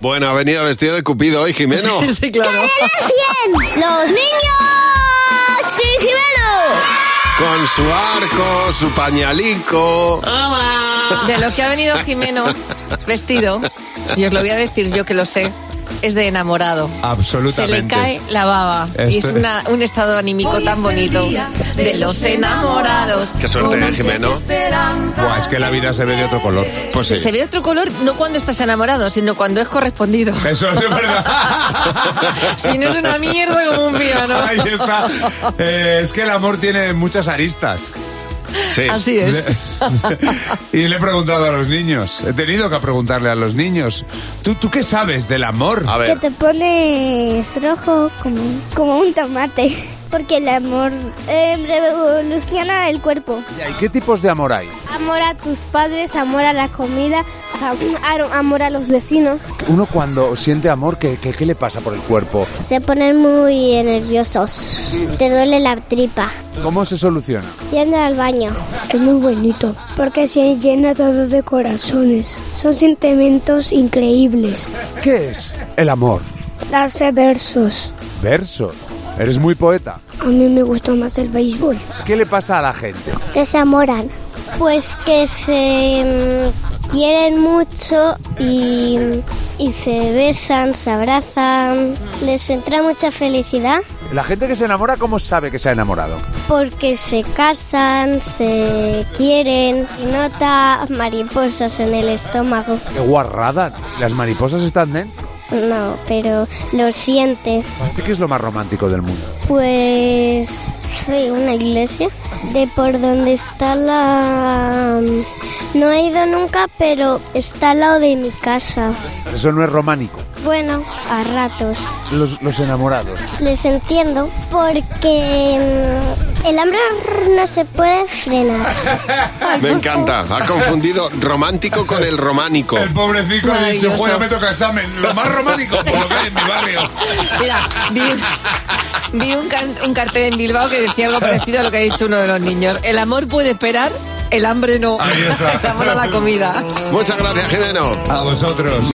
Bueno, ha venido vestido de Cupido hoy, Jimeno. Sí, claro. ¡Los niños! ¡Sí, Con su arco, su pañalico. De lo que ha venido Jimeno vestido, y os lo voy a decir yo que lo sé, es de enamorado. Se Absolutamente. le cae la baba. Y es Esto- una- un estado anímico tan bonito. De los enamorados. Qué suerte, ¿eh, Jimeno. Buah, es que la vida se ve de otro color. Pues sí. Se ve de otro color no cuando estás enamorado, sino cuando es correspondido. Eso es verdad. si no es una mierda como un piano. Ahí está. Eh, es que el amor tiene muchas aristas. Sí. Así es. y le he preguntado a los niños. He tenido que preguntarle a los niños. ¿Tú, tú qué sabes del amor? A Que ver, te pones rojo como, como un tomate. Porque el amor eh, revoluciona el cuerpo. ¿Y qué tipos de amor hay? Amor a tus padres, amor a la comida, amor a los vecinos. Uno cuando siente amor, ¿qué, qué, qué le pasa por el cuerpo? Se ponen muy nerviosos. Te duele la tripa. ¿Cómo se soluciona? Yendo al baño. Es muy bonito, porque se llena todo de corazones. Son sentimientos increíbles. ¿Qué es el amor? Darse versos. Verso. Eres muy poeta. A mí me gusta más el béisbol. ¿Qué le pasa a la gente? Que se amoran. Pues que se mm, quieren mucho y, y se besan, se abrazan. Les entra mucha felicidad La gente que se enamora, ¿cómo sabe que se ha enamorado? porque se casan, se quieren. Y nota mariposas en el estómago. ¡Qué guarrada! Las mariposas están dentro. No, pero lo siente. ¿Qué es lo más romántico del mundo? Pues sí, una iglesia. De por donde está la... No he ido nunca, pero está al lado de mi casa. Eso no es románico. Bueno, a ratos. Los, los enamorados. Les entiendo porque mm, el hambre no se puede frenar. me encanta. Ha confundido romántico con el románico. El pobrecito ha dicho, Maravilloso. "Joder, me toca examen. Lo más románico, por lo que hay en mi barrio. Mira, vi, vi un, can- un cartel en Bilbao que decía algo parecido a lo que ha dicho uno de los niños. El amor puede esperar, el hambre no. Ahí está. El amor a la comida. Muchas gracias, Jimeno. A vosotros.